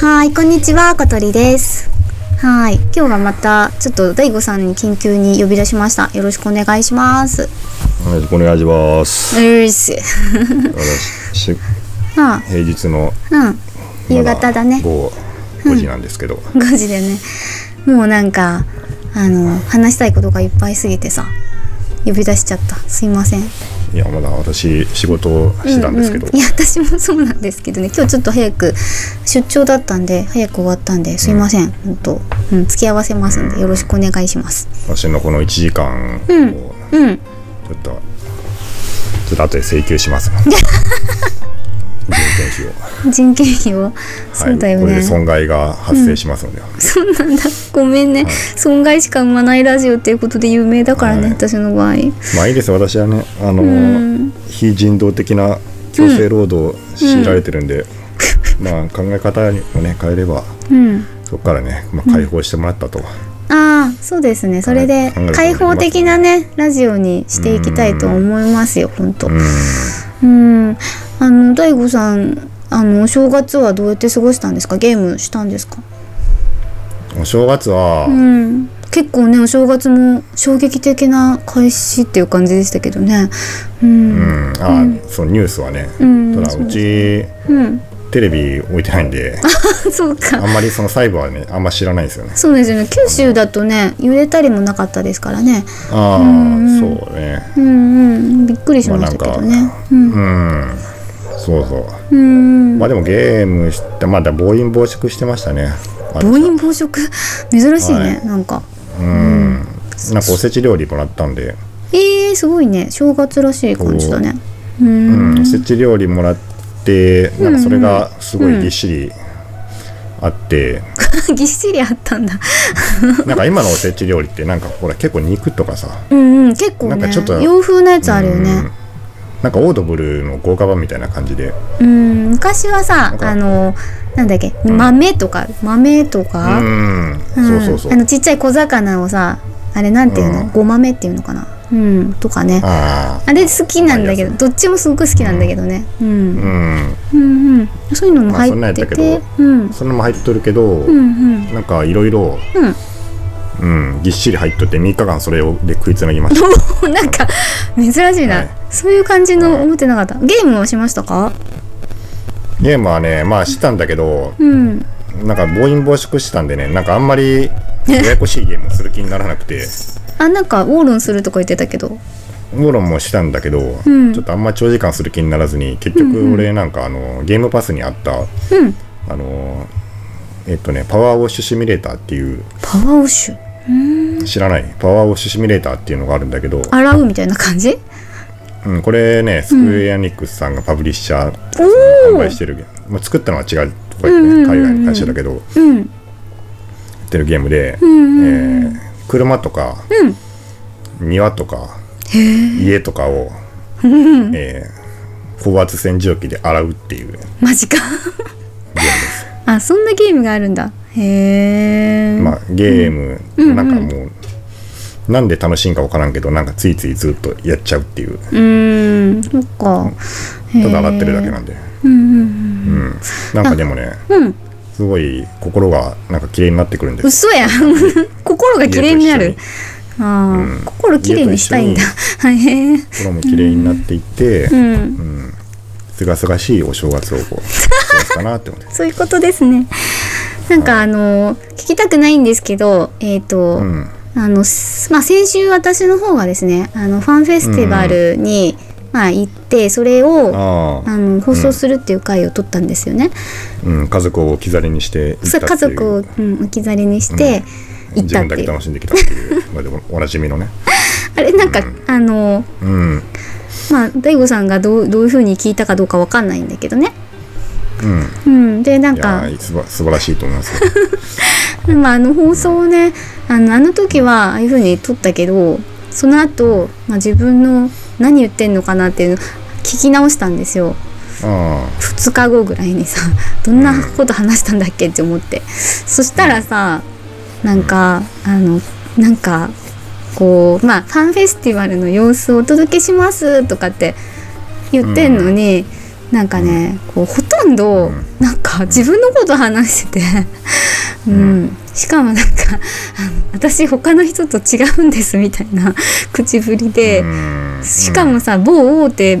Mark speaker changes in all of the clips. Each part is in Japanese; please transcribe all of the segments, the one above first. Speaker 1: はい、こんにちは、小鳥です。はい、今日はまたちょっと大悟さんに緊急に呼び出しました。よろしくお願いします。
Speaker 2: よろしくお願いします。
Speaker 1: うーす。
Speaker 2: 私
Speaker 1: は
Speaker 2: 平日の
Speaker 1: あ、うん。夕方だね。
Speaker 2: 午後5時なんですけど、
Speaker 1: 5時だよね。もうなんかあの話したいことがいっぱいすぎてさ、呼び出しちゃった。すいません。
Speaker 2: いやまだ私仕事をしてたんですけど、
Speaker 1: うんうんいや私もそうなんですけどね今日ちょっと早く出張だったんで早く終わったんですいません、本当うん付き合わせますんでよろしくお願いします
Speaker 2: 私のこの1時間をち
Speaker 1: うん
Speaker 2: ょ
Speaker 1: うん
Speaker 2: っと、ちょっと後で請求 します。人件費を、
Speaker 1: 人件費を、そうだよ
Speaker 2: これ
Speaker 1: ね
Speaker 2: で損害が発生しますので、
Speaker 1: そうなん だごめんね、損害しか生まないラジオっていうことで有名だからね、
Speaker 2: はい
Speaker 1: 私の場合
Speaker 2: まあいいです私はねあの、
Speaker 1: ん
Speaker 2: 非人道的な強制労働を強いられてるんで、まあ考え方をね変えれば
Speaker 1: うん
Speaker 2: そこからね、まあ、解放してもらったと、
Speaker 1: ああそうですねそれで
Speaker 2: 考えること
Speaker 1: 開放的なねラジオにしていきたいと思いますよ本当
Speaker 2: うん
Speaker 1: うんあの大悟さんあのお正月はどうやって過ごしたんですかゲームしたんですか
Speaker 2: お正月は、
Speaker 1: うん結構ねお正月も衝撃的な開始っていう感じでしたけどねうん
Speaker 2: う、ん、あ、そうニュースはね、
Speaker 1: うん
Speaker 2: ただうち
Speaker 1: うん、
Speaker 2: テレビ置いてないん で
Speaker 1: そうか
Speaker 2: あんまりその裁判はねあんま知らないんですよね
Speaker 1: そうですよね九州だとね揺れたりもなかったですからね
Speaker 2: ああ、
Speaker 1: うん
Speaker 2: そうね
Speaker 1: うんうんびっくりし
Speaker 2: まあ
Speaker 1: ま
Speaker 2: な
Speaker 1: し
Speaker 2: ん
Speaker 1: たけ
Speaker 2: か
Speaker 1: どね、うん
Speaker 2: うんそうそう
Speaker 1: うん
Speaker 2: まあでもゲームしてまだ暴飲暴食してましたねあ
Speaker 1: 暴飲暴食珍しいね、
Speaker 2: は
Speaker 1: なんか
Speaker 2: うんなんかおせち料理もらったんで、
Speaker 1: えー、すごいね正月らしい感じだねう
Speaker 2: うんん、おせち料理もらってなんかそれがすごいぎっしりあって、
Speaker 1: ぎっしりあったんだ
Speaker 2: なんか今のおせち料理ってなんかほら結構肉とかさ
Speaker 1: うんうん結構
Speaker 2: なん
Speaker 1: ね
Speaker 2: かちょっと
Speaker 1: 洋風なやつあるよね、
Speaker 2: うんなんかオードブルの豪華版みたいな感じで
Speaker 1: うん昔はさ
Speaker 2: んか
Speaker 1: あのなんだっけ豆とか、豆と
Speaker 2: う
Speaker 1: か、
Speaker 2: ん
Speaker 1: うん
Speaker 2: そうそうそう
Speaker 1: あのちっちゃい小魚をさあれなんていうの、
Speaker 2: うん
Speaker 1: ごまめっていうのかなうんとかねあ
Speaker 2: あ
Speaker 1: れ好きなんだけどどっちもすごく好きなんだけどね、うん
Speaker 2: あうん
Speaker 1: うんうんそういうのも
Speaker 2: まあ
Speaker 1: 入
Speaker 2: そんな
Speaker 1: っ
Speaker 2: んや
Speaker 1: て
Speaker 2: ったけ
Speaker 1: て
Speaker 2: ど、
Speaker 1: うん、
Speaker 2: それも入っとるけど、
Speaker 1: うんうん
Speaker 2: なんかいろいろ
Speaker 1: うん
Speaker 2: うんぎっしり入っとって3日間それをで食いつなぎまし
Speaker 1: おなん か珍しいな、
Speaker 2: はい
Speaker 1: そういう感じの思ってなかったゲームをしましたか
Speaker 2: たゲームはねまあしてたんだけど
Speaker 1: うん
Speaker 2: なんか暴飲暴食してたんでねなんかあんまりややこしいゲームをする気にならな くて
Speaker 1: あなんかウォールンするとか言ってたけど
Speaker 2: ゴロンもしたんだけど、
Speaker 1: ん
Speaker 2: ちょっとあんま長時間する気にならずに結局俺なんかあのゲームパスにあった
Speaker 1: うん
Speaker 2: あのえっとねパワーウォッシュシミュレーターっていう
Speaker 1: パワーオッシュ
Speaker 2: 知らないパワーウォッシュシミュレーターっていうのがあるんだけど、
Speaker 1: 洗うみたいな感じ
Speaker 2: うん、これねスクエアニックスさんがパブリッシャー販売してるゲーム、まあ、作ったのは違うとこでね、海外の会社だけどや
Speaker 1: うん
Speaker 2: ってるゲームで、えー車とか、庭とか家とかを、えー高圧洗浄機で洗うっていう、
Speaker 1: マジか あそんなゲームがあるんだへえ、
Speaker 2: まあ、ゲーム、なんかもう、なんで楽しいんか分からんけどなんかついついずっとやっちゃうっていう
Speaker 1: うーんそっか
Speaker 2: ただ洗ってるだけなんで、うんなんかでもね、
Speaker 1: うん
Speaker 2: すごい心がなんか綺麗になってくるんです
Speaker 1: 嘘やん心が綺麗にな
Speaker 2: 家
Speaker 1: る
Speaker 2: と一緒
Speaker 1: あー、心綺麗にしたいんだ
Speaker 2: 家
Speaker 1: はいへえ
Speaker 2: 心も綺麗になっていって
Speaker 1: うん
Speaker 2: うんすがすがしいお正月をこう過ごすかなって思って
Speaker 1: そういうことですねなんかあの聞きたくないんですけどえっ、と、
Speaker 2: うん
Speaker 1: あの、すまあ、先週私の方がですねあのファンフェスティバルに、まあ、行ってそれをあ
Speaker 2: ああ、
Speaker 1: の放送するっていう回を撮ったんですよね、
Speaker 2: うん、家族を置き去りにしていったってい
Speaker 1: そう
Speaker 2: う
Speaker 1: 家族を、うん、置き去りにして行っ
Speaker 2: 自
Speaker 1: たっ
Speaker 2: 分
Speaker 1: て
Speaker 2: だけ
Speaker 1: いう、
Speaker 2: 楽しんできたって いうまあでもおなじみのね
Speaker 1: あれなんか、あの
Speaker 2: うん
Speaker 1: まあ大悟さんがどうどういうふうに聞いたかどうかわかんないんだけどね、
Speaker 2: うん
Speaker 1: うん、でなん
Speaker 2: い
Speaker 1: か
Speaker 2: やーすば素晴らしいと思います よ
Speaker 1: まあ、あの放送をねあのあの時はああいう風に撮ったけどその後、まあ自分の何言ってんのかなっていうの聞き直したんですよ
Speaker 2: ああ
Speaker 1: 2日後ぐらいにさ どんなこと話したんだっけって思ってそしたらさなんかあのなんかこうまあファンフェスティバルの様子をお届けしますとかって言ってんのに、なんかね、こうほとんど、
Speaker 2: うん
Speaker 1: なんか自分のこと話してて、うんしかもなんかあの「私他の人と違うんです」みたいな口ぶりで、
Speaker 2: うん
Speaker 1: しかもさ某大手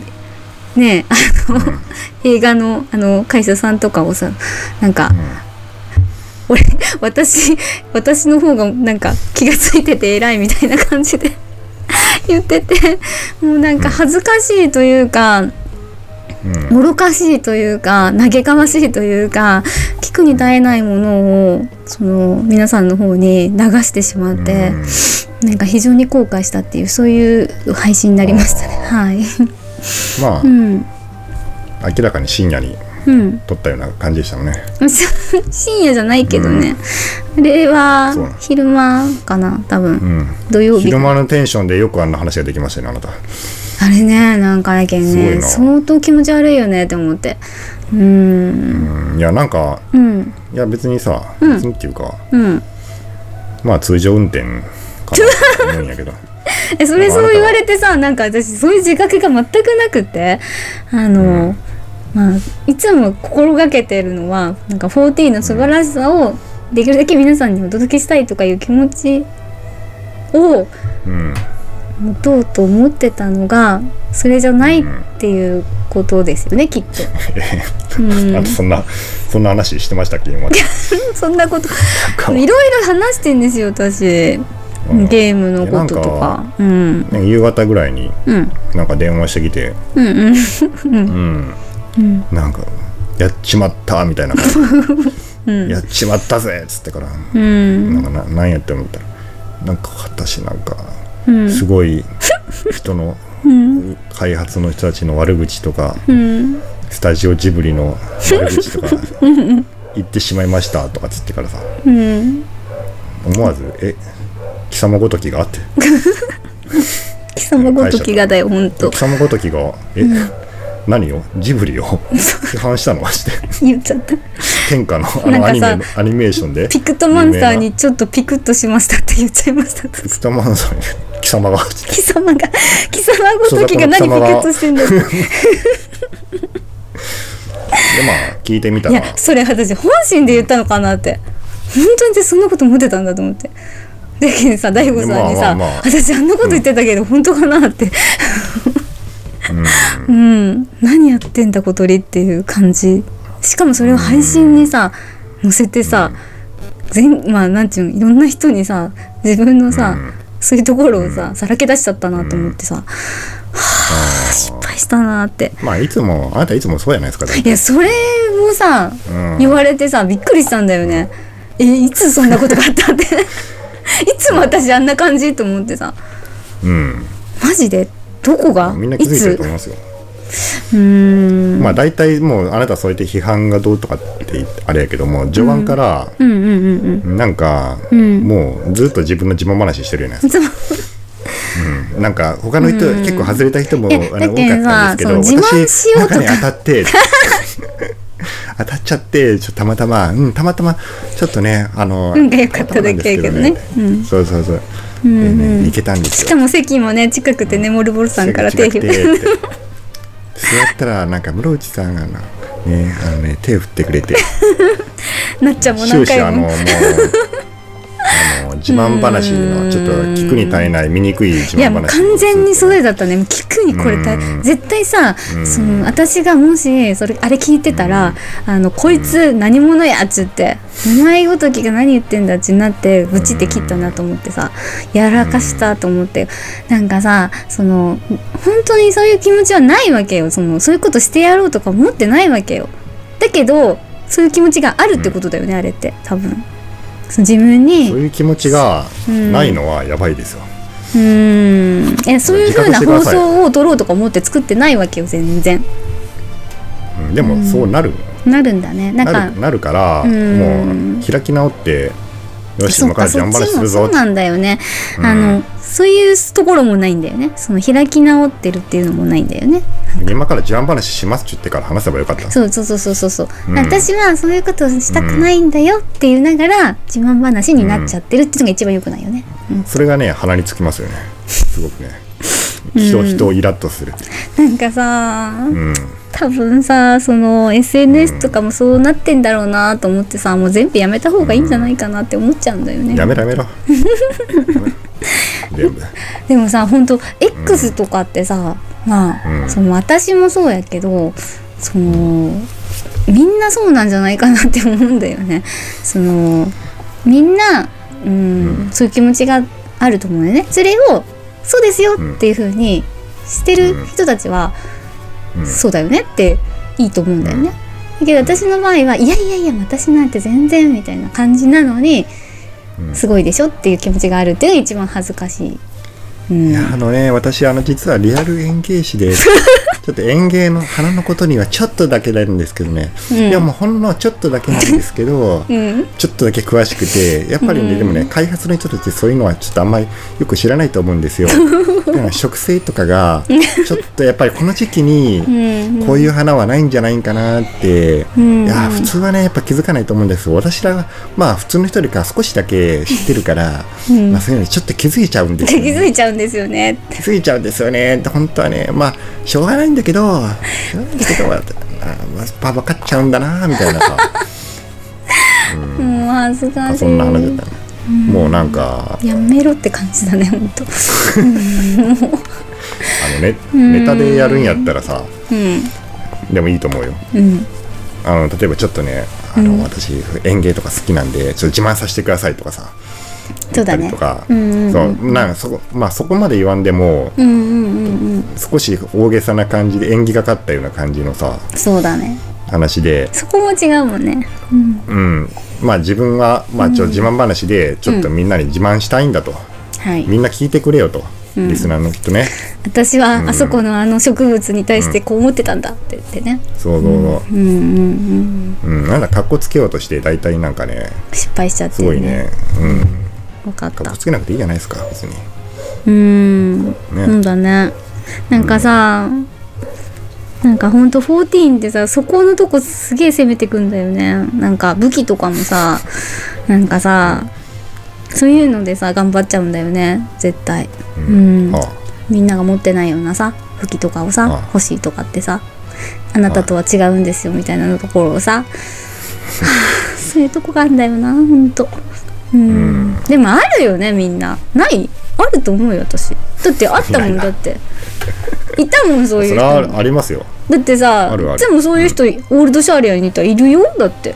Speaker 1: ねあの、映画のあの会社さんとかをさなんか、俺私私の方がなんか気がついてて偉いみたいな感じで 言っててもうなんか恥ずかしいというか。
Speaker 2: うん
Speaker 1: もろかしいというか嘆かましいというか聞くに耐えないものをその皆さんの方に流してしまって、なんか非常に後悔したっていうそういう配信になりましたね。はい、
Speaker 2: まあ、
Speaker 1: うん
Speaker 2: 明らかに深夜に
Speaker 1: うん、
Speaker 2: 撮ったような感じでしたもんね
Speaker 1: 深夜じゃないけどね、あれは
Speaker 2: そうなの
Speaker 1: 昼間かな多分、
Speaker 2: うん
Speaker 1: 土曜日
Speaker 2: 昼間のテンションでよくあんな話ができましたねあなた
Speaker 1: あれねなんかだけど
Speaker 2: すごい
Speaker 1: ね
Speaker 2: な
Speaker 1: 相当気持ち悪いよねって思ってうん
Speaker 2: うんいやなんか
Speaker 1: うん
Speaker 2: いや別にさ、別にっていうか
Speaker 1: うん
Speaker 2: まあ通常運転かなと思うんやけど
Speaker 1: えそれそう言われてさなんか私そういう自覚が全くなくてあの、まあいつも心がけてるのはなんか4の素晴らしさをできるだけ皆さんにお届けしたいとかいう気持ちを
Speaker 2: うん
Speaker 1: 持とうと思ってたのがそれじゃないっていうこと ですよねきっと。うん
Speaker 2: あとそんなそんな話してましたっけ今まで
Speaker 1: そんなこと
Speaker 2: か
Speaker 1: いろいろ話してんですよ私
Speaker 2: うん
Speaker 1: ゲームのことと
Speaker 2: いやな
Speaker 1: か。うん
Speaker 2: なんか夕方ぐらいに
Speaker 1: うん
Speaker 2: なんか電話してきて
Speaker 1: うんうん
Speaker 2: うん
Speaker 1: うん
Speaker 2: なんかやっちまったみたいな感
Speaker 1: う
Speaker 2: じ
Speaker 1: ん
Speaker 2: やっちまったぜっつってから
Speaker 1: うん
Speaker 2: なんかななんやって思ったらなんか私なんか
Speaker 1: うん
Speaker 2: す ごい人の
Speaker 1: うん
Speaker 2: 開発の人たちの悪口とか
Speaker 1: うん
Speaker 2: スタジオジブリの悪 口とか言ってしまいましたとかつってからさ
Speaker 1: うん
Speaker 2: 思わず「え貴様ごときが?」って
Speaker 1: 貴様ごときがだよほんと
Speaker 2: 貴様ごときが「え、何よジブリ を批判したの?」して
Speaker 1: 言っちゃった
Speaker 2: 天下のあ
Speaker 1: なん
Speaker 2: の
Speaker 1: か
Speaker 2: アニ
Speaker 1: さ
Speaker 2: メのアニメーションで
Speaker 1: ピクトモンスター
Speaker 2: 有名
Speaker 1: に
Speaker 2: な
Speaker 1: ちょっとピクッとしましたって言っちゃいました
Speaker 2: ピクトモンスターに貴様がって
Speaker 1: 貴様が貴様ごときが何ピクッとしてんだよ
Speaker 2: でまあ聞いてみた
Speaker 1: い
Speaker 2: ら
Speaker 1: やそれ私本心で言ったのかなって本当に私そんなこと思ってたんだと思ってだけどさ大悟さんにさ、
Speaker 2: まあまあまあ
Speaker 1: 私あんなこと言ってたけど本当かなってうん、何やってんだ小鳥っていう感じしかもそれを配信にさ載せてさ、全まあなんていうのいろんな人にさ自分のさ、そういうところをささらけ出しちゃったなと思ってさ、はあ失敗したなって
Speaker 2: まあいつもあなたいつもそうじゃないですか、
Speaker 1: いやそれもさ、
Speaker 2: うん
Speaker 1: 言われてさびっくりしたんだよね、えいつそんなことがあったって いつも私あんな感じと思ってさ
Speaker 2: うん、
Speaker 1: マジでどこが
Speaker 2: みんない気づいてる
Speaker 1: つ
Speaker 2: と思いますよ
Speaker 1: うーん
Speaker 2: まあ大体もうあなたそうやって批判がどうとかって言ってあれやけども序盤から
Speaker 1: うんうんうんうん
Speaker 2: なんか、
Speaker 1: ん
Speaker 2: もうずっと自分の自慢話してるよね、
Speaker 1: そう
Speaker 2: うん、なんか他の人、結構外れた人も
Speaker 1: い
Speaker 2: あ
Speaker 1: や
Speaker 2: の多
Speaker 1: だ
Speaker 2: かっ
Speaker 1: けど
Speaker 2: た
Speaker 1: さ
Speaker 2: んですけど
Speaker 1: その自慢しようとか
Speaker 2: 私なんかね当たって 当たっちゃってちょっとたまたまうんたまたまちょっとねあの
Speaker 1: 運が良かっただけやけどね
Speaker 2: たまたまなんですけどねそうそうそう、でね行けたんです
Speaker 1: し
Speaker 2: よ
Speaker 1: かも席もね近くてねモルボルさんから手
Speaker 2: 手
Speaker 1: 振
Speaker 2: 振
Speaker 1: っ
Speaker 2: っててって座ったらなんか室内さんがなねあのね手振ってくれて
Speaker 1: なっちゃんも何
Speaker 2: 終始あ
Speaker 1: 回
Speaker 2: のも
Speaker 1: も
Speaker 2: うあの自慢話のちょっと聞くに耐えない醜い自
Speaker 1: いや
Speaker 2: 慢
Speaker 1: もう
Speaker 2: 話
Speaker 1: 完全にそうれだったねもう聞くにこれた
Speaker 2: うん
Speaker 1: 絶対さその私がもしそれあれ聞いてたら「あのこいつ何者や」っつって「お前ごときが何言ってんだ」っちなってブチって切ったなと思ってさやらかしたと思ってなんかさその本当にそういう気持ちはないわけよそのそういうことしてやろうとか思ってないわけよだけどそういう気持ちがあるってことだよねあれって多分その自分に
Speaker 2: そういう気持ちがないのはやばいですよ、
Speaker 1: うーんいやそういうふうな
Speaker 2: 自覚
Speaker 1: 放
Speaker 2: してください
Speaker 1: 送を撮ろうとか思って作ってないわけよ全然
Speaker 2: うんでもそうなる、
Speaker 1: なるんだねなん
Speaker 2: な
Speaker 1: か
Speaker 2: るなるから、
Speaker 1: ん
Speaker 2: もう開き直ってよし
Speaker 1: そう
Speaker 2: 今か
Speaker 1: から
Speaker 2: ジ
Speaker 1: そ
Speaker 2: ャン
Speaker 1: っ
Speaker 2: バラ
Speaker 1: ち
Speaker 2: す
Speaker 1: も
Speaker 2: るぞ
Speaker 1: そう
Speaker 2: って
Speaker 1: なんだよね、
Speaker 2: うん
Speaker 1: あのそういうところもないんだよねその開き直ってるっていうのもないんだよね
Speaker 2: 今からジャンバラしますって言ってから話せばよかった
Speaker 1: そうそうそうそうそうそう、
Speaker 2: うん
Speaker 1: 私はそういうことをしたくないんだよって言いながら自慢話になっちゃってるっていうのが一番良くないよね、
Speaker 2: それがね鼻につきますよねすごくね人人をイラッとする、
Speaker 1: なんかさ
Speaker 2: うん
Speaker 1: 多分さその SNS とかもそうなってんだろうなと思ってさもう全部やめた方がいいんじゃないかなって思っちゃうんだよね
Speaker 2: やめろやめ ろやめろ全部
Speaker 1: でもさ本当 X とかってさ、まあ、
Speaker 2: うん
Speaker 1: その私もそうやけどそのみんなそうなんじゃないかなって思うんだよね。そのみんな、うんそういう気持ちがあると思うんだよね。それをそうですよっていう風にしてる人たちは、
Speaker 2: うん
Speaker 1: そうだよねっていいと思うんだよね。だけど私の場合はいやいやいや私なんて全然みたいな感じなのに
Speaker 2: うん
Speaker 1: すごいでしょっていう気持ちがあるっていうのが一番恥ずかしい。うん
Speaker 2: いやあのね私あの実はリアル園芸師 でちょっと園芸の花のことにはちょっとだけなんですけどね、
Speaker 1: うん
Speaker 2: いやもうほんのちょっとだけなんですけど、
Speaker 1: うん
Speaker 2: ちょっとだけ詳しくてやっぱりね、
Speaker 1: うん
Speaker 2: でもね開発の人たちそういうのはちょっとあんまりよく知らないと思う んですよだから植生とかがちょっとやっぱりこの時期に
Speaker 1: うん
Speaker 2: こういう花はないんじゃないかなって、
Speaker 1: うん
Speaker 2: いや普通はねやっぱ気づかないと思うんです私らはまあ普通の人よりか少しだけ知ってるから、まあそういうのにちょっと気づいちゃうんです
Speaker 1: 気
Speaker 2: よ、ね、
Speaker 1: づいちゃうんですよね。
Speaker 2: 気づいちゃうんですよね本当はねまあしょうがないんだけどしょうがないんだけどまあまあパパ分かっちゃうんだなみたい なさ
Speaker 1: もう恥ずかしい。
Speaker 2: そんな話だったねもうなんか
Speaker 1: やめろって感じだね、本当。
Speaker 2: あのねネタでやるんやったらさ
Speaker 1: うん、
Speaker 2: でもいいと思うよ
Speaker 1: うん、
Speaker 2: あの例えばちょっとねあの、私園芸とか好きなんでちょっと自慢させてくださいとかさ
Speaker 1: そうだね
Speaker 2: 言ったりと。か、
Speaker 1: うんうんうん
Speaker 2: そうなんかそこまあそこまで言わんでも、
Speaker 1: うん、うん、うん、うん、
Speaker 2: 少し大げさな感じで縁起がかったような感じのさ
Speaker 1: そうだね。
Speaker 2: 話で、
Speaker 1: そこも違うもんね。うん、
Speaker 2: うん、まあ自分はまあちょ自慢話でちょっとみんなに自慢したいんだと、
Speaker 1: はい。
Speaker 2: みんな聞いてくれよと、リスナーの人ね
Speaker 1: 私はあそこのあの植物に対してこう思ってたんだって言ってね。
Speaker 2: そうそうそう
Speaker 1: うん、うん、うん、
Speaker 2: うん、なんだかっこつけようとして大体なんかね
Speaker 1: 失敗しちゃって。
Speaker 2: すごい。ね、うん、
Speaker 1: よかっ
Speaker 2: かったこ。つけなくていいじゃないですか別に
Speaker 1: うん、
Speaker 2: ね
Speaker 1: そうだねなんかさ、なんかほんと14ってさそこのとこすげえ攻めてくんだよねなんか武器とかもさなんかさそういうのでさ頑張っちゃうんだよね絶対うん、
Speaker 2: あ
Speaker 1: みんなが持ってないようなさ武器とかをさ
Speaker 2: ああ
Speaker 1: 欲しいとかってさあなたとは違うんですよみたいなところをさはあそういうとこがあるんだよなほんとうんでもあるよねみんなないあると思うよ私だってあったも
Speaker 2: ない
Speaker 1: ん
Speaker 2: な
Speaker 1: だっていたもんそう
Speaker 2: あ
Speaker 1: いう人
Speaker 2: それはあありますよ
Speaker 1: だってさ
Speaker 2: あるある
Speaker 1: いつもそういう人、オールドシャーリアにいたらいるよだって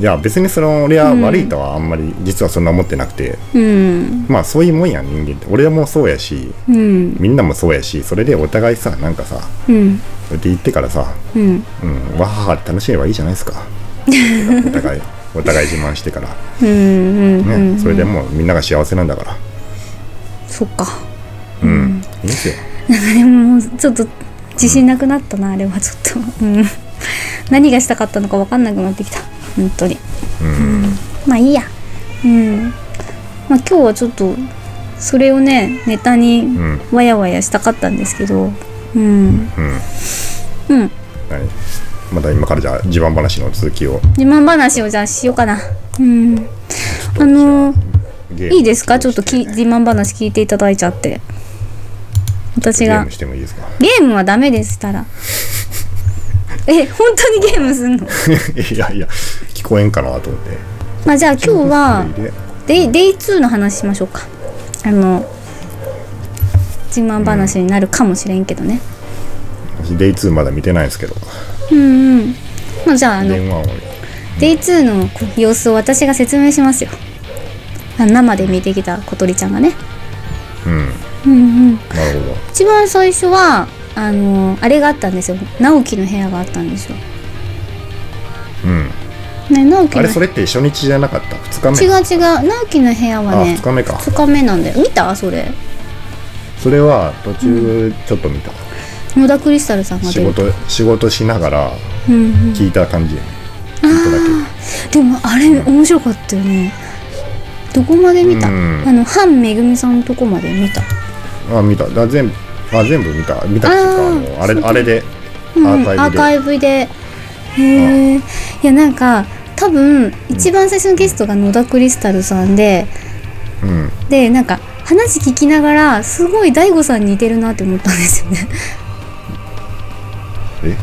Speaker 2: いや別にその俺は悪いとはあんまり実はそんな思ってなくて、
Speaker 1: うん
Speaker 2: まあそういうもんやん人間って俺もそうやし
Speaker 1: うん
Speaker 2: みんなもそうやしそれでお互いさなんかさ
Speaker 1: うん
Speaker 2: そうやって言ってからさ、
Speaker 1: うん
Speaker 2: うん、わはは楽しめばいいじゃないで すかお互いお互い自慢してから、
Speaker 1: うんうん、
Speaker 2: ねそれでもうみんなが幸せなんだから
Speaker 1: そっか
Speaker 2: うん、いいんすよ
Speaker 1: でももうちょっと自信なくなったなあれはちょっと、うん、何がしたかったのか分かんなくなってきた本当に、まあいいやうんまあ今日はちょっとそれをねネタに
Speaker 2: ん
Speaker 1: わやわやしたかったんですけどうんうん、
Speaker 2: 何また今からじゃあ自慢話の続きを
Speaker 1: 自慢話をじゃあしようかなうんあの
Speaker 2: ゲーム
Speaker 1: いいですかちょっとき自慢話聞いていただいちゃって私
Speaker 2: ゲ
Speaker 1: が
Speaker 2: ームしてもいいですか
Speaker 1: ゲームはダメですたらえ本当にゲームすんの
Speaker 2: いやいや聞こえんかなと思って
Speaker 1: まあじゃあ今日は
Speaker 2: それで
Speaker 1: デイデイ2の話しましょうかあの自慢話になるかもしれんけどね
Speaker 2: 私デイ2まだ見てないんですけど
Speaker 1: うんうんまあじゃああ
Speaker 2: デ
Speaker 1: の
Speaker 2: イ1を
Speaker 1: デイ2の様子を私が説明しますよあ生で見てきた小鳥ちゃんがね
Speaker 2: うん
Speaker 1: うんうん
Speaker 2: なるほど
Speaker 1: 一番最初はあのあれがあったんですよ直樹の部屋があったんですよ
Speaker 2: うん
Speaker 1: ね直樹
Speaker 2: あ
Speaker 1: の
Speaker 2: れそれって初日じゃなかった2日
Speaker 1: 違
Speaker 2: 目
Speaker 1: う違う直樹の部屋は
Speaker 2: あ
Speaker 1: ね
Speaker 2: 2日目か
Speaker 1: 2日目なんだよ見たそれ
Speaker 2: それは途中ちょっと見た、
Speaker 1: 野田クリスタルさんが
Speaker 2: 仕
Speaker 1: 出る
Speaker 2: 事仕事しながら
Speaker 1: うんうん
Speaker 2: 聞いた感じやね、聞いた
Speaker 1: で
Speaker 2: だ
Speaker 1: もあれ面白かったよねどこまで見た、
Speaker 2: うん
Speaker 1: あの菅めぐみさんのとこまで見た
Speaker 2: けあ見ただ全部あ全部見た見たっていうかあのあれあれでア
Speaker 1: うんうんア
Speaker 2: ー
Speaker 1: ーカ
Speaker 2: カイ
Speaker 1: イブでへえいやなんか多分一番最初のゲストが野田クリスタルさんで
Speaker 2: ブでうん
Speaker 1: でなんか話聞きながらすごい大悟さんに似てるなって思ったんですよね
Speaker 2: え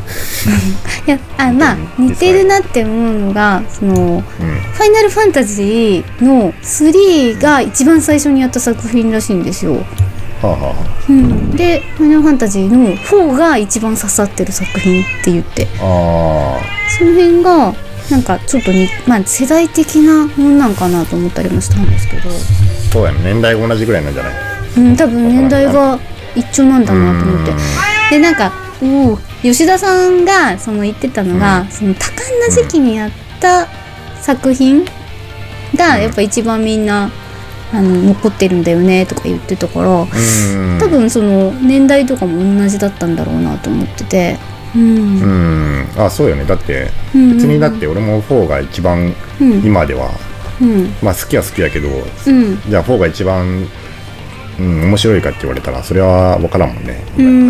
Speaker 1: いやあまあ
Speaker 2: うん
Speaker 1: 似てるなって思うのがその「ファイナルファンタジー」の3が一番最初にやった作品らしいんですよ。
Speaker 2: はあはあは
Speaker 1: うん、で「ファイナルファンタジー」の4が一番刺さってる作品って言って
Speaker 2: ああ
Speaker 1: その辺がなんかちょっとに、まあ、世代的なもんなんかなと思ったりもしたんですけど、
Speaker 2: ーそうやね年代が同じぐらいなんじゃない
Speaker 1: うん、多分年代が一緒なんだなと思って
Speaker 2: うん
Speaker 1: でなんかおお吉田さんがその言ってたのが、その多感な時期にやった作品がやっぱ一番みんなあの残ってるんだよねとか言ってたから
Speaker 2: うん
Speaker 1: 多分その年代とかも同じだったんだろうなと思ってて。うん
Speaker 2: うんあそうよねだって
Speaker 1: うん
Speaker 2: 別にだって俺も4が一番
Speaker 1: うん
Speaker 2: 今では
Speaker 1: うん
Speaker 2: まあ好きは好きやけど
Speaker 1: うん
Speaker 2: じゃあ4が一番うん面白いかって言われたらそれは分からんもんね
Speaker 1: うんうんうんう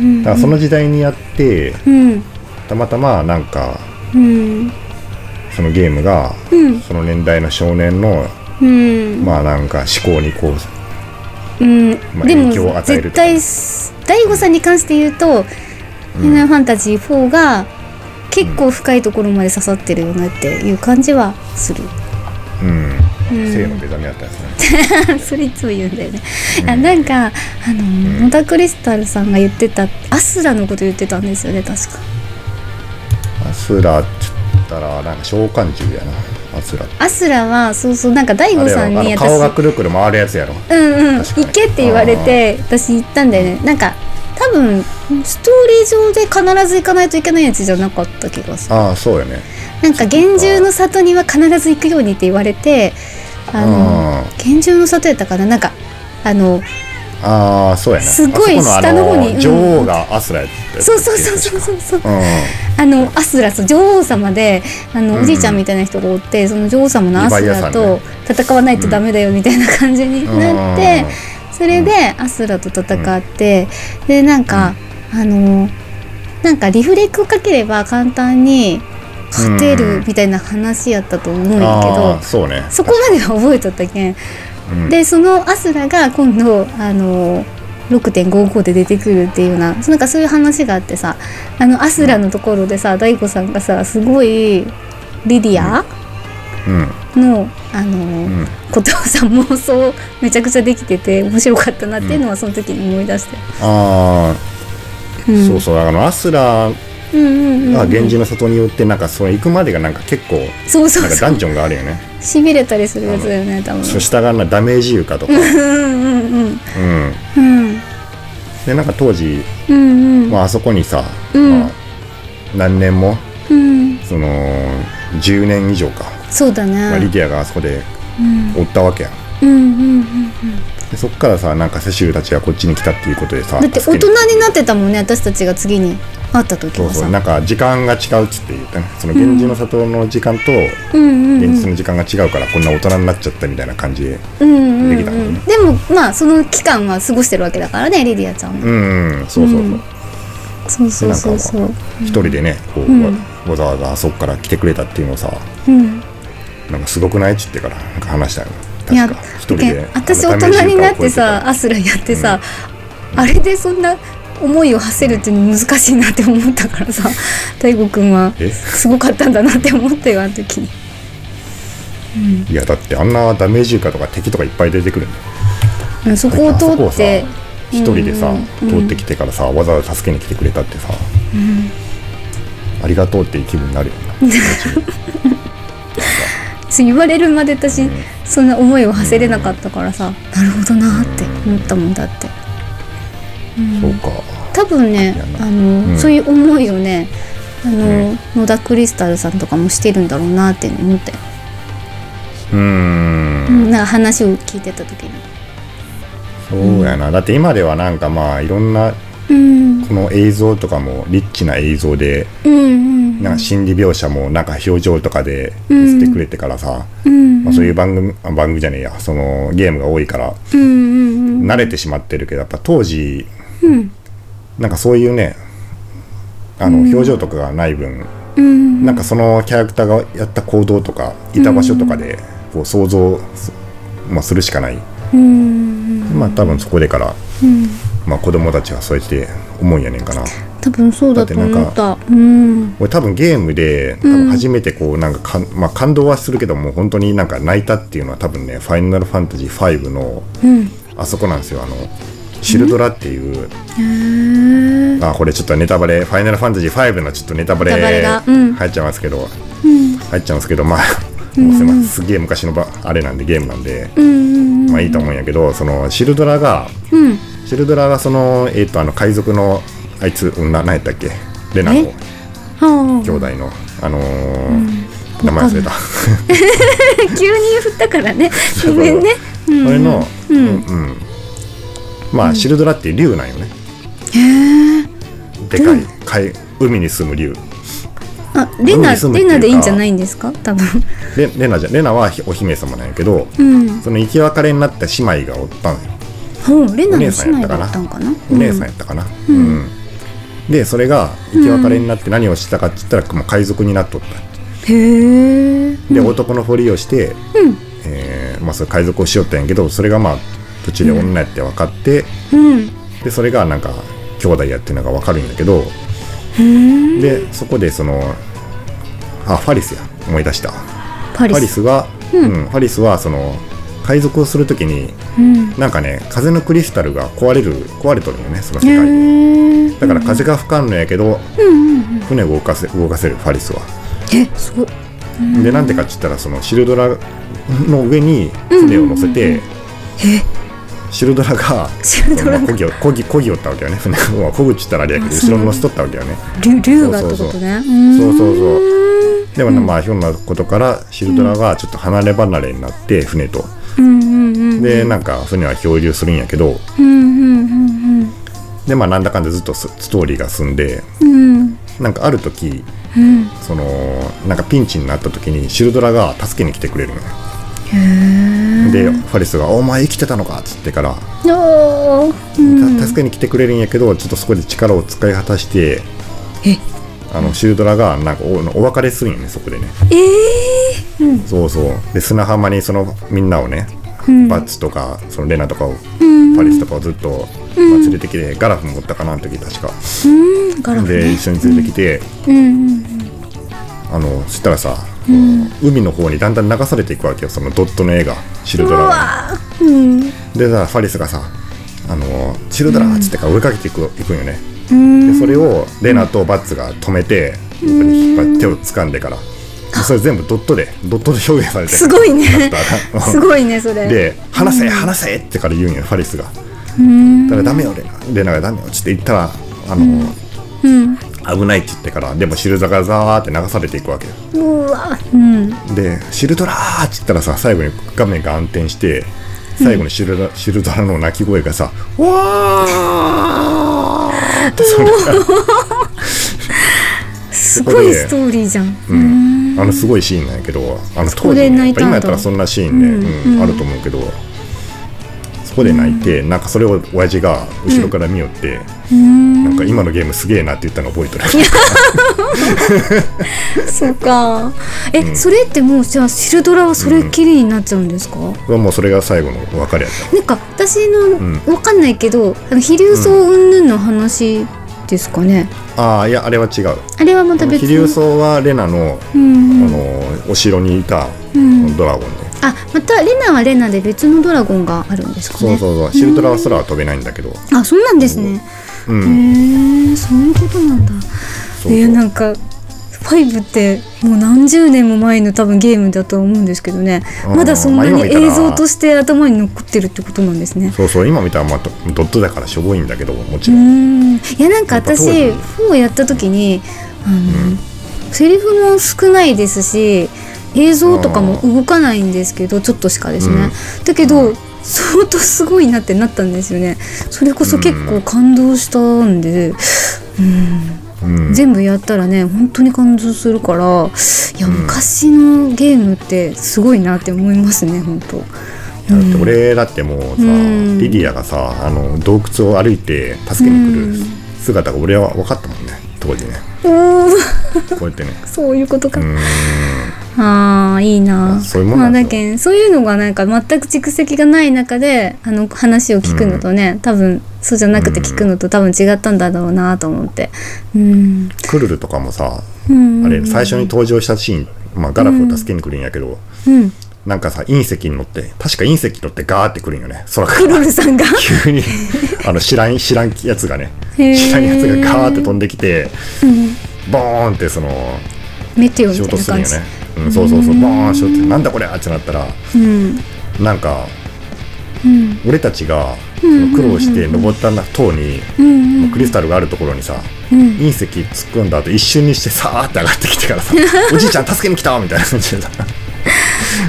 Speaker 1: ん
Speaker 2: だからその時代にやって
Speaker 1: うん
Speaker 2: たまたまなんか
Speaker 1: うん
Speaker 2: そのゲームが
Speaker 1: うん
Speaker 2: その年代の少年の
Speaker 1: うん
Speaker 2: まあなんか思考にこう
Speaker 1: うん、
Speaker 2: まあ
Speaker 1: でも
Speaker 2: 影響を与え
Speaker 1: 絶
Speaker 2: るとか
Speaker 1: 対大悟さんに関して言うと「ファイナルファンタジー4」が結構深いところまで刺さってるよなっていう感じはする
Speaker 2: うん
Speaker 1: うん
Speaker 2: 性の目覚めだったんですね
Speaker 1: それいつも言うんだよね、あなんかあの野田クリスタルさんが言ってたアスラのこと言ってたんですよね確か
Speaker 2: アスラって言ったらなんか召喚獣やなアスラって
Speaker 1: アスラはそうそうなんか大
Speaker 2: あ
Speaker 1: 悟
Speaker 2: れや
Speaker 1: さん
Speaker 2: ろあ
Speaker 1: に
Speaker 2: の
Speaker 1: 私
Speaker 2: 顔がくるくる回るやつやろ
Speaker 1: うんうん
Speaker 2: 確かに
Speaker 1: 行けって言われて私行ったんだよねなんか多分ストーリー上で必ず行かないといけないやつじゃなかった気がする
Speaker 2: ああそうよね
Speaker 1: なんか厳重の里には必ず行くようにって言われてあの
Speaker 2: あ
Speaker 1: 厳重の里やったかななんかあの
Speaker 2: ああそうやね
Speaker 1: すごい
Speaker 2: あそこの
Speaker 1: 下の方に
Speaker 2: あ
Speaker 1: うん
Speaker 2: 女王がアスラやったやつ
Speaker 1: そうそうそうそうそうそう
Speaker 2: うん
Speaker 1: あのアスラス女王様であの、
Speaker 2: うんうん
Speaker 1: おじいちゃんみたいな人がおってその女王様のアス
Speaker 2: リヴァイアさ
Speaker 1: ラ
Speaker 2: ん
Speaker 1: と
Speaker 2: ね
Speaker 1: 戦わないとダメだよみたいな感じになって、それでアスラと戦って、でなんか、あのなんかリフレックをかければ簡単に勝てるみたいな話やったと思うん
Speaker 2: う
Speaker 1: や
Speaker 2: ん
Speaker 1: けど、
Speaker 2: あーそうね
Speaker 1: そこまでは覚えとったけん
Speaker 2: うん
Speaker 1: でそのアスラが今度あの6.55で出てくるっていうようななんかそういう話があってさあのアスラのところでさ大悟さんがさすごいリディア
Speaker 2: うん
Speaker 1: のあの、
Speaker 2: うん
Speaker 1: ことをさ妄想めちゃくちゃできてて面白かったなっていうのはその時に思い出して、
Speaker 2: あ
Speaker 1: う
Speaker 2: あ
Speaker 1: ん、
Speaker 2: そうそうあのアスラ
Speaker 1: うんうんうん、
Speaker 2: が源氏の里によってなんかその行くまでがなんか結構
Speaker 1: そうそ
Speaker 2: な
Speaker 1: うん
Speaker 2: か
Speaker 1: そ
Speaker 2: ダ
Speaker 1: う
Speaker 2: ンジョンがあるよね
Speaker 1: しびれたりするやつだよね多分
Speaker 2: そう下がなダメージ床とか
Speaker 1: うんうんうん
Speaker 2: うん
Speaker 1: うん
Speaker 2: でなんか当時
Speaker 1: うんうん
Speaker 2: まああそこにさ
Speaker 1: うん
Speaker 2: まあ何年も
Speaker 1: うん
Speaker 2: その10年以上か
Speaker 1: そうだ
Speaker 2: まあリ
Speaker 1: ね
Speaker 2: ディアがあそこで
Speaker 1: うん
Speaker 2: 追ったわけやん
Speaker 1: うんうんうん
Speaker 2: でそっからさなんかセシルたちがこっちに来たっていうことでさ
Speaker 1: だって
Speaker 2: 助
Speaker 1: 大
Speaker 2: けに
Speaker 1: 人になってたもんね私たちが次に会った時
Speaker 2: そう
Speaker 1: は
Speaker 2: そ
Speaker 1: さ
Speaker 2: うなんか時間が違うっつって言ったねその源氏の里の時間と
Speaker 1: うんうんうん
Speaker 2: 現実の時間が違うからこんな大人になっちゃったみたいな感じで
Speaker 1: うんうんう
Speaker 2: できたもん
Speaker 1: ん
Speaker 2: ね
Speaker 1: でもまあその期間は過ごしてるわけだからねリディアちゃんは、
Speaker 2: うん、うん、そうそうそう、
Speaker 1: うんそうそうそうそう
Speaker 2: 一人でねこう、
Speaker 1: ん
Speaker 2: わわざわざあそこから来てくれたっていうのをさ
Speaker 1: うん
Speaker 2: なんかすごくないっつってからなんか話したよ
Speaker 1: いや
Speaker 2: 確か一人で
Speaker 1: 私
Speaker 2: あ
Speaker 1: 大
Speaker 2: のダメージ
Speaker 1: 人になっ
Speaker 2: 床を
Speaker 1: て
Speaker 2: 越えから
Speaker 1: さアスラやってさ、あれでそんな思いを馳せるっていうの難しいなって思ったからさ大悟くんは
Speaker 2: え
Speaker 1: すごかったんだなって思ったよあの時に
Speaker 2: いやだってあんなダメージ床とか敵とかいっぱい出てくるんだよ
Speaker 1: うんそこを
Speaker 2: あそ
Speaker 1: 通
Speaker 2: こを
Speaker 1: っ
Speaker 2: さ
Speaker 1: て
Speaker 2: 一人でさ、
Speaker 1: うん
Speaker 2: 通ってきてからさわざわざ助けに来てくれたってさ、ありがとうっていう気分になるよな
Speaker 1: そう言われるまで私、そんな思いを馳せれなかったからさ、なるほどなって思ったもんだって
Speaker 2: そうか
Speaker 1: 多分ね
Speaker 2: いやな
Speaker 1: あの、
Speaker 2: うん
Speaker 1: そういう思いをねあの、
Speaker 2: う
Speaker 1: 野田クリスタルさんとかもしてるんだろうなって思ったよ、
Speaker 2: うーん
Speaker 1: うん、なんか話を聞いてた時に。
Speaker 2: そうやなだって今ではなんかまあいろんな
Speaker 1: うん
Speaker 2: この映像とかもリッチな映像で
Speaker 1: うん
Speaker 2: なんか心理描写もなんか表情とかで見せてくれてからさ、
Speaker 1: うん
Speaker 2: まあ、そういう番組あ番組じゃねえやそのゲームが多いから
Speaker 1: うんうん
Speaker 2: 慣れてしまってるけどやっぱ当時
Speaker 1: うん
Speaker 2: なんかそういうねあの表情とかがない分、
Speaker 1: うん
Speaker 2: なんかそのキャラクターがやった行動とかいた場所とかでこう想像す,、まあ、するしかない
Speaker 1: うん
Speaker 2: まあ多分そこでから、
Speaker 1: うん
Speaker 2: まあ、子供たちはそうやって思うんやねんかな
Speaker 1: 多分そうだと思ったうん
Speaker 2: 俺多分ゲームで多分初めてこうなんかかん、まあ、感動はするけどもう本当になんか泣いたっていうのは多分ね「ファイナルファンタジー5」の
Speaker 1: うん
Speaker 2: あそこなんですよあのシルドラっていう、
Speaker 1: へえ
Speaker 2: あこれちょっとネタバレ「ファイナルファンタジー5」のちょっとネタバレ
Speaker 1: ネタバレがうん
Speaker 2: 入っちゃいますけど、
Speaker 1: うん
Speaker 2: 入っちゃうんですけどまあもうすいませんすげえ昔のばあれなんでゲームなんで、
Speaker 1: うん
Speaker 2: まあいいと思うんやけどそのシルドラが
Speaker 1: うん
Speaker 2: シルドラがそのえっ、とあの海賊のあいつうんな何やったっけレナの
Speaker 1: えは
Speaker 2: 兄弟のあのー名前忘れた。
Speaker 1: あ 急に振ったからねごめんね
Speaker 2: それの、
Speaker 1: う
Speaker 2: うんんうんまあシルドラっていう竜なんよね。
Speaker 1: へえ
Speaker 2: でかい海海に住む竜。
Speaker 1: あレナ
Speaker 2: 海に住むって
Speaker 1: レ
Speaker 2: いうか
Speaker 1: ナでいいんじゃないんですか多分
Speaker 2: レレナじゃレナはお姫様なんやけど、
Speaker 1: うん
Speaker 2: その生き別れになった姉妹がおったのよ。
Speaker 1: ほうレナ
Speaker 2: お
Speaker 1: の姉
Speaker 2: 姉さん
Speaker 1: 妹
Speaker 2: やったかな
Speaker 1: だったんかな
Speaker 2: お姉さんやったかな、うんでそれが生き別れになって何をしたかって言ったら、もう海賊になっとった
Speaker 1: へえ
Speaker 2: で、男のふりをして、
Speaker 1: うん
Speaker 2: えーまあ、それ海賊をしよったんやけどそれがまあ途中で女やって分かって、
Speaker 1: うん
Speaker 2: でそれがなんか兄弟やっていうのが分かるんだけどでそこでそのあファリスや思い出したフ
Speaker 1: パリ
Speaker 2: ァリ
Speaker 1: ス
Speaker 2: スは、うんファリスはその海賊をするときに
Speaker 1: うん
Speaker 2: なんかね風のクリスタルが壊れる壊れとるよねその世
Speaker 1: へ
Speaker 2: 界で。
Speaker 1: え
Speaker 2: だから風が吹かんのやけど、船を動かせ動かせるファリスは。
Speaker 1: えすごい
Speaker 2: でなんでかって言ったらそのシルドラの上に船を乗せて、シルドラが
Speaker 1: シルドラが
Speaker 2: こぎをこぎこぎおったわけよね 船がまあこぐっちったらあれやけど
Speaker 1: あそう
Speaker 2: 後ろに乗せとったわけよね。
Speaker 1: 竜竜がってことね
Speaker 2: そうそうそう
Speaker 1: ーん
Speaker 2: でもねまあひょんなことからシルドラがちょっと離れ離れになって船と。
Speaker 1: うんうんうん
Speaker 2: でなんか船は漂流するんやけど
Speaker 1: うんうんうんうん
Speaker 2: でまあなんだかんだずっとスストーリーが進んで
Speaker 1: うん
Speaker 2: なんかある時
Speaker 1: うん
Speaker 2: そのなんかピンチになった時にシルドラが助けに来てくれるのね。でファリスが「お前生きてたのか」っつってから、
Speaker 1: おーうん
Speaker 2: た助けに来てくれるんやけどちょっとそこで力を使い果たして
Speaker 1: え
Speaker 2: あのシルドラがなんかおお別れするんよねそこでね
Speaker 1: えーうん
Speaker 2: そうそうで砂浜にそのみんなをね、
Speaker 1: うん
Speaker 2: バッツとかそのレナとかを、
Speaker 1: うん
Speaker 2: ファリスとかをずっと、まあ連れてきて、ガラフもおったかなあの時確か
Speaker 1: うんガラフ
Speaker 2: で
Speaker 1: ね
Speaker 2: 一緒に連れてきて、
Speaker 1: うんうん
Speaker 2: あのそしたらさ、海の方にだんだん流されていくわけよそのドットの絵がシルド
Speaker 1: う
Speaker 2: ラがね
Speaker 1: わーうん
Speaker 2: でさファリスがさ「あのシルドラ」っつってから追いかけていく,、いくんよね
Speaker 1: うん
Speaker 2: でそれをレナとバッツが止めて、ここに引っ張って手を掴んでからそれ全部ドットでドットで表現されてる
Speaker 1: すごいね
Speaker 2: だ から
Speaker 1: すごいねそれ
Speaker 2: で「話せ話せ!」ってから言うんよファリスがだ
Speaker 1: うん
Speaker 2: から「ダメよレナ」レナが「ダメよ」っつって言ったらあの、
Speaker 1: うん
Speaker 2: 危ないって言ってからでもシルドラがザワーって流されていくわけよ
Speaker 1: うわうん
Speaker 2: で「シルドラー!」って言ったらさ最後に画面が暗転して最後にシルドラ,、シルドラの鳴き声がさ「わー!」ってそれ
Speaker 1: すごいストーリーじゃん
Speaker 2: うん、あのすごいシーンなんやけどあの当
Speaker 1: こで
Speaker 2: 時、
Speaker 1: 泣
Speaker 2: ね、や
Speaker 1: い
Speaker 2: っぱ
Speaker 1: たんだ
Speaker 2: 今やったらそんなシーンね、うんあると思うけどそこで泣いて、なんかそれを親父が後ろから見よって、なんか今のゲームすげえなって言ったの覚えてる
Speaker 1: そうかえ、それってもうじゃあシルドラはそれっきりになっちゃうんですか、
Speaker 2: もうそれが最後のお別れやった
Speaker 1: なんか私の、
Speaker 2: ん
Speaker 1: わかんないけどあの飛竜層云々の話ですかね、
Speaker 2: ああいやあれは違う
Speaker 1: あれはまた別に
Speaker 2: 飛竜荘はレナの,、
Speaker 1: うん
Speaker 2: あのお城にいたドラゴンね、
Speaker 1: あまたレナはレナで別のドラゴンがあるんですか
Speaker 2: そう
Speaker 1: ね
Speaker 2: そうそうシルドラは空は飛べないんだけど、
Speaker 1: あそうなんですね、
Speaker 2: うん
Speaker 1: へえそういうことなんだ
Speaker 2: そうそう
Speaker 1: えーなんか5ってもう何十年も前の多分ゲームだと思うんですけどね
Speaker 2: うん
Speaker 1: まだそんな
Speaker 2: まあ
Speaker 1: に
Speaker 2: 今見たら
Speaker 1: 映像として頭に残ってるってことなんですね
Speaker 2: そうそう今見たら、まあ、ドドットだからしょぼいんだけどもち
Speaker 1: う
Speaker 2: ろん、
Speaker 1: んいやなんか
Speaker 2: やっ
Speaker 1: 私
Speaker 2: ぱ
Speaker 1: 本をやった時にあの、セリフも少ないですし映像とかも動かないんですけどちょっとしかですね、だけど相当すごいなってなったんですよねそれこそ結構感動したんで、
Speaker 2: うん
Speaker 1: 全部やったらね本当に感動するからいや、昔のゲームってすごいなって思いますね本当
Speaker 2: だって俺だってもうさ、
Speaker 1: うん
Speaker 2: リディアがさあの洞窟を歩いて助けに来る姿が俺は分かったもんね当時ね
Speaker 1: おー
Speaker 2: こうやってね
Speaker 1: そういうことか、
Speaker 2: うーん
Speaker 1: ああいいな
Speaker 2: そういうもん
Speaker 1: ま
Speaker 2: な
Speaker 1: あ
Speaker 2: んですよ
Speaker 1: だけんそういうのがなんか全く蓄積がない中であの話を聞くのとね、多分そうじゃなくて聞くのと多分違ったんだろうなと思ってうん、
Speaker 2: クルルとかもさ、
Speaker 1: うん、
Speaker 2: あれ最初に登場したシーン、まあ、ガラフを助けに来るんやけど、
Speaker 1: うん
Speaker 2: なんかさ隕石に乗って確か隕石に乗ってガーって来るんよね空か
Speaker 1: クロ
Speaker 2: ら
Speaker 1: ルさ んが
Speaker 2: 急 にあの知らん知らんやつがね
Speaker 1: へー
Speaker 2: 知らんやつがガーって飛んできて、ボーンってその
Speaker 1: メテオみ
Speaker 2: 衝
Speaker 1: たい
Speaker 2: 突
Speaker 1: な
Speaker 2: するん
Speaker 1: 感
Speaker 2: よ
Speaker 1: じ、
Speaker 2: ね、うん、そうそうそうボーン衝突なんだこれってなったら
Speaker 1: うん
Speaker 2: なんか
Speaker 1: うん
Speaker 2: 俺たちがその苦労して登った塔に、
Speaker 1: うん
Speaker 2: もうクリスタルがあるところにさ、
Speaker 1: うん
Speaker 2: 隕石突っ込んだ後一瞬にしてさーって上がってきて からさ「おじいちゃん助けに来た!」みたいな感じでさ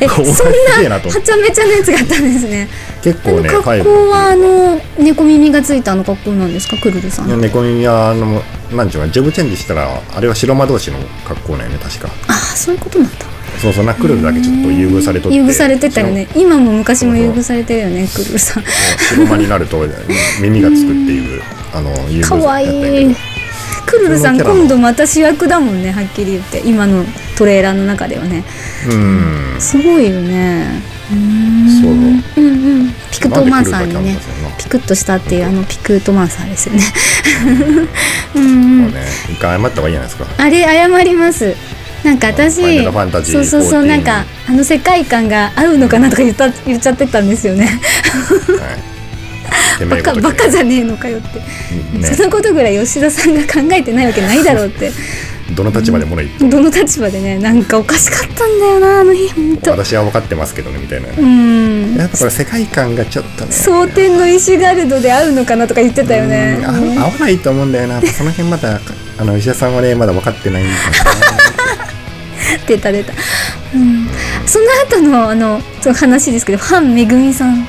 Speaker 1: え
Speaker 2: お
Speaker 1: そ
Speaker 2: 前
Speaker 1: ん
Speaker 2: すげえ
Speaker 1: な
Speaker 2: なと思
Speaker 1: は
Speaker 2: って
Speaker 1: ちゃめちゃなやつがあったんですね
Speaker 2: 結
Speaker 1: あ
Speaker 2: 構
Speaker 1: の
Speaker 2: ね
Speaker 1: 格
Speaker 2: ファイブ
Speaker 1: 好はあの猫耳がついたあの格好なんですかクルルさんの
Speaker 2: 猫耳はあのなんちゅうかジョブチェンジしたらあれは白魔同士の格好なんよね確か
Speaker 1: ああそういうことなんだ
Speaker 2: そうそうなクルルだけちょっと優遇されとって
Speaker 1: 優遇されてたよね今も昔も優遇されてるよねクルルさん
Speaker 2: 白魔になると耳がつくっていうあの優遇
Speaker 1: かわ
Speaker 2: やったんや
Speaker 1: いい
Speaker 2: け
Speaker 1: クルルさん
Speaker 2: そのキャラの
Speaker 1: 今度また主役だもんねはっきり言って今のトレーラーの中ではね
Speaker 2: どうん
Speaker 1: すごいよねう
Speaker 2: そう
Speaker 1: ーんうんうんピクトマンサーに
Speaker 2: なんで
Speaker 1: ね
Speaker 2: クルルだけあんのか
Speaker 1: ピクッとしたっていうあのピクトマンサーですよね うんうん
Speaker 2: そうね一回謝った方がいいじゃないですか
Speaker 1: あれ謝りますなんか私
Speaker 2: ファイナルファンタジー
Speaker 1: そうそうそう
Speaker 2: 14
Speaker 1: なんかあの世界観が合うのかなとか言った言っちゃってたんですよね
Speaker 2: はいてめ
Speaker 1: バ
Speaker 2: えご
Speaker 1: カ
Speaker 2: とき
Speaker 1: バカじゃねえのかよって、
Speaker 2: ね
Speaker 1: そんなことぐらい吉田さんが考えてないわけないだろうって
Speaker 2: どの立場でもない
Speaker 1: どの立場でねなんかおかしかったんだよなあの日本当う
Speaker 2: 私は分かってますけどねみたいな、
Speaker 1: ーん
Speaker 2: やっぱこれ世界観がちょっとね
Speaker 1: 蒼天の石ガルドで合うのかなとか言ってたよね
Speaker 2: うんあ合わないと思うんだよなその辺まだあの石田さんはねまだ分かってないんだよ
Speaker 1: 出た出た、うん、その後のあのその話ですけどファンめぐみさん
Speaker 2: な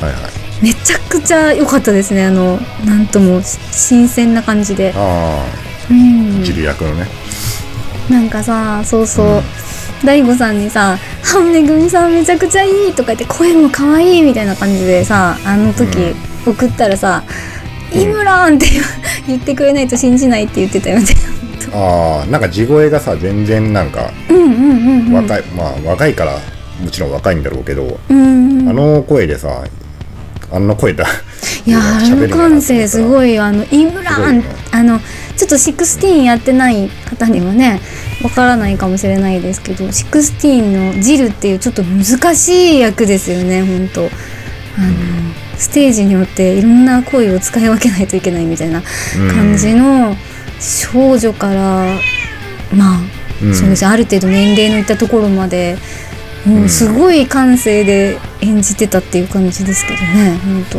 Speaker 2: はいはい
Speaker 1: めちゃくちゃ良かったですねあのなんともし新鮮な感じで、
Speaker 2: あ
Speaker 1: うん
Speaker 2: あ、ジル役のね
Speaker 1: なんかさそうそう、
Speaker 2: うん
Speaker 1: 大悟さんにさ「ハンめぐみさんめちゃくちゃいい」とか言って「声も可愛いみたいな感じでさあの時送ったらさ「
Speaker 2: うん
Speaker 1: イムラン!」って言う 言ってくれないと信じないって言ってたよね。
Speaker 2: ああなんか地声がさ全然なんか
Speaker 1: うんうんうんうん。
Speaker 2: 若い、まあ若いからもちろん若いんだろうけど、
Speaker 1: うんうん
Speaker 2: あの声でさあんな声だ
Speaker 1: いやあの
Speaker 2: 喋るんだなと思
Speaker 1: 感
Speaker 2: ったら
Speaker 1: 性すごいあのイムラ
Speaker 2: すごい
Speaker 1: ン、
Speaker 2: ね
Speaker 1: あのちょっと16やってない方にはねわからないかもしれないですけど16のジルっていうちょっと難しい役ですよね本当あのステージによっていろんな声を使い分けないといけないみたいな感じの少女からまあ
Speaker 2: うん
Speaker 1: そうですねある程度年齢のいったところまで、もうすごい感性で演じてたっていう感じですけどね本当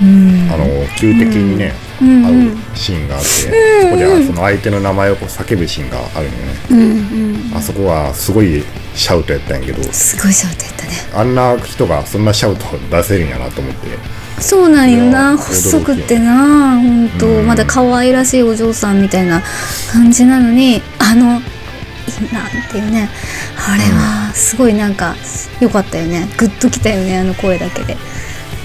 Speaker 1: うん
Speaker 2: あの急激にね、
Speaker 1: うん
Speaker 2: 会うシーンがあって、そこであその相手の名前をこう叫ぶシーンがあるのよね、
Speaker 1: うんうん
Speaker 2: あそこはすごいシャウトやったんやけど
Speaker 1: すごいシャウトやったね
Speaker 2: あんな人がそんなシャウト出せるんやなと思って
Speaker 1: そうなんよ
Speaker 2: いや
Speaker 1: な
Speaker 2: ー
Speaker 1: 細くってな本当、
Speaker 2: うん
Speaker 1: まだ可愛らしいお嬢さんみたいな感じなのにあのいいなっていうねあれはすごいなんか良かったよねグッときたよねあの声だけで、う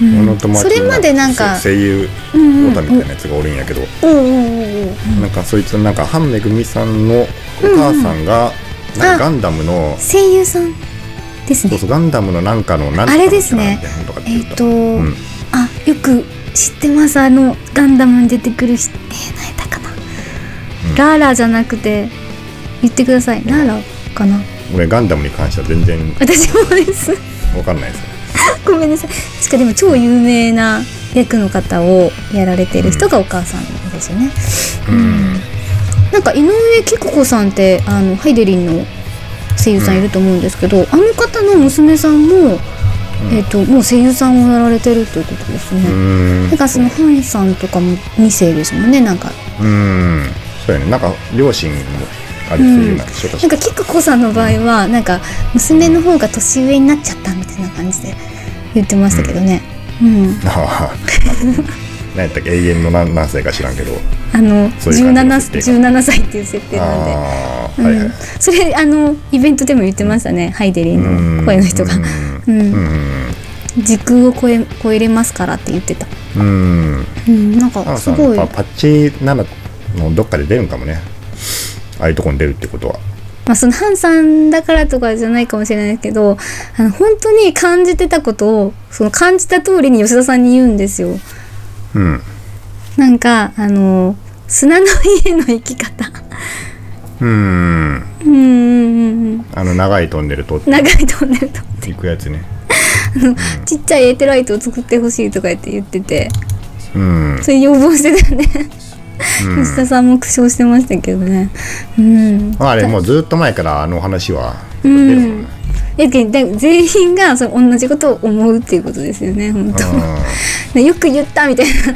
Speaker 2: 俺の
Speaker 1: ん、
Speaker 2: 友
Speaker 1: そ
Speaker 2: 達
Speaker 1: れまでなんか
Speaker 2: せ声優
Speaker 1: うんうん
Speaker 2: 太田みたいなやつがおるんやけど、
Speaker 1: おうおうおうおう
Speaker 2: なんかそいつなんか半めぐみさんのお母さんが、なんかガンダムの
Speaker 1: 声優さんです
Speaker 2: そう
Speaker 1: ね
Speaker 2: そうガンダムのなんかのなんとか
Speaker 1: あれですね
Speaker 2: なんとかって
Speaker 1: え
Speaker 2: 言
Speaker 1: っ、
Speaker 2: った
Speaker 1: と、
Speaker 2: うん
Speaker 1: あよく知ってますあのガンダムに出てくる人えー、何やったかな、ラーラじゃなくて言ってくださいラーラかな
Speaker 2: 俺ガンダムに関しては全然
Speaker 1: 私もです
Speaker 2: わかんないですね
Speaker 1: ごめんなさい。しかでも超有名な役の方をやられてる人がお母さんですよね。うん。なんか井上貴子さんってあのハイデリンの声優さんいると思うんですけど、あの方の娘さんも、えっ、ともう声優さんをやられてるということですね。
Speaker 2: うーん
Speaker 1: なんかそのハンさんとかも2世ですもんねなんか
Speaker 2: うーんそうやねなんか両親もあれ声優なんでしょ確
Speaker 1: なんか
Speaker 2: か
Speaker 1: キクコさんの場合はなんか娘の方が年上になっちゃったみたいな感じで言ってましたけどねうん
Speaker 2: ああ何やったっけ永遠の何何歳か知らんけど
Speaker 1: あの
Speaker 2: そういう感じの
Speaker 1: 17
Speaker 2: 設定
Speaker 1: 17歳っていう設定なんで、
Speaker 2: ああ
Speaker 1: うん
Speaker 2: はいはい、
Speaker 1: それあのイベントでも言ってましたね、ハイデリンの声の人が、う
Speaker 2: うんんうん
Speaker 1: 時空を超え超えれますからって言ってた、
Speaker 2: うんうん
Speaker 1: うん、なん
Speaker 2: あ
Speaker 1: か
Speaker 2: の
Speaker 1: す
Speaker 2: さ
Speaker 1: ごい
Speaker 2: パパッチ7のどっかで出るんかもねああいうとこに出るってことは
Speaker 1: まあ、そのハンさんだからとかじゃないかもしれないけどあの本当に感じてたことをその感じた通りに吉田さんに言うんですよ。
Speaker 2: うん
Speaker 1: なんかあの砂の家の生き方
Speaker 2: うん
Speaker 1: うんうんうんうん
Speaker 2: あの長いトンネル通って
Speaker 1: 長いトンネルと
Speaker 2: いくやつね
Speaker 1: ちっちゃいエーテライトを作ってほしいとか言って言ってて
Speaker 2: うん
Speaker 1: それ要望してたよね、
Speaker 2: うん
Speaker 1: 吉田さんも苦笑してましたけどねうん
Speaker 2: まああれもうずっと前からあの話は
Speaker 1: う
Speaker 2: 出るもん
Speaker 1: ん
Speaker 2: ね
Speaker 1: やけんだ全員がその同じことを思うっていうことですよね本当、でよく言ったみたいな感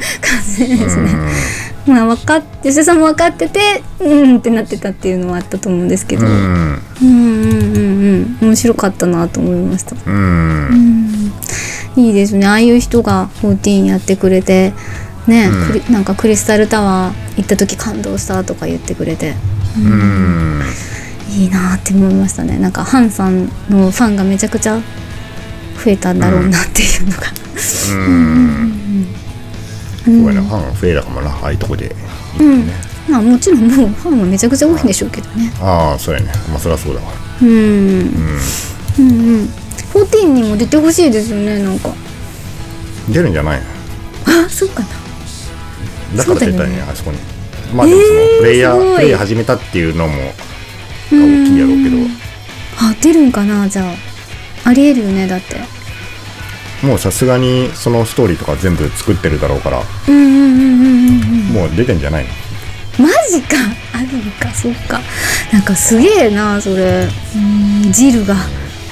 Speaker 1: じで
Speaker 2: う
Speaker 1: すね、
Speaker 2: ん
Speaker 1: まあ分かっ吉田さんも分かっててうんってなってたっていうのはあったと思うんですけど、
Speaker 2: う
Speaker 1: うん、
Speaker 2: ん
Speaker 1: うんうんうん面白かったなと思いました
Speaker 2: うん
Speaker 1: いいですねああいう人が14やってくれてね、
Speaker 2: うん
Speaker 1: クリなんかクリスタルタワー行った時感動したとか言ってくれて
Speaker 2: うん
Speaker 1: いいなって思いましたねなんかハンさんのファンがめちゃくちゃ増えたんだろうなっていうのが、
Speaker 2: すごいなファン増えたかもなああいうとこで
Speaker 1: うんまあもちろんもうファンはめちゃくちゃ多いんでしょうけどね
Speaker 2: ああそうやねまあそりゃそうだわ
Speaker 1: うん、うん、うん14にも出てほしいですよねなんか
Speaker 2: 出るんじゃないの
Speaker 1: あそうかな
Speaker 2: だから出たん
Speaker 1: そうだ
Speaker 2: やあそこにまあでもそのプレイヤ
Speaker 1: すご
Speaker 2: ー
Speaker 1: い
Speaker 2: プレイヤー始めたっていうのも大きいやろうけど
Speaker 1: あ出るんかなじゃあありえるよねだって
Speaker 2: もうさすがにそのストーリーとか全部作ってるだろうから
Speaker 1: うんうんうんうんうんうん
Speaker 2: もう出てんじゃないの
Speaker 1: マジかあるのかそっかなんかすげえなそれうーんジルが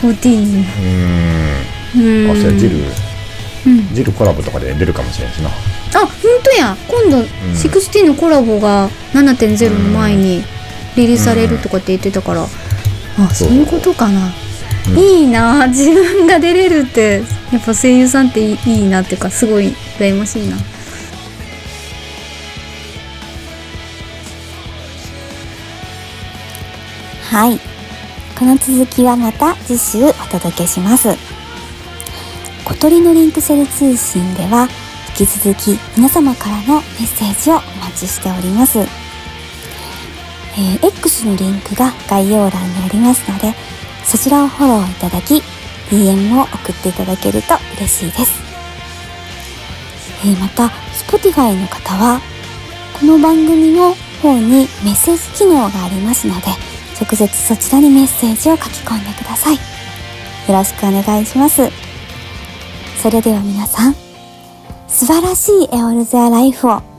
Speaker 1: 14に
Speaker 2: う
Speaker 1: う
Speaker 2: ー
Speaker 1: ん
Speaker 2: んあそれジル
Speaker 1: うん
Speaker 2: ジルコラボとかで出るかもしれないしな
Speaker 1: あ本当や今度、16のコラボが7.0の前にリリースされるとかって言ってたから、あそういうことかな、いいな自分が出れるってやっぱ声優さんっていいいいなっていうかすごい羨ましいな
Speaker 3: はい。この続きはまた次週お届けします。小鳥のリンクセル通信では、引き続き皆様からのメッセージをお待ちしております。えー X のリンクが概要欄にありますので、そちらをフォローいただき、DM を送っていただけると嬉しいです。えーまた、Spotify の方は、この番組の方にメッセージ機能がありますので、直接そちらにメッセージを書き込んでください。よろしくお願いします。それでは皆さん、素晴らしいエオルゼアライフを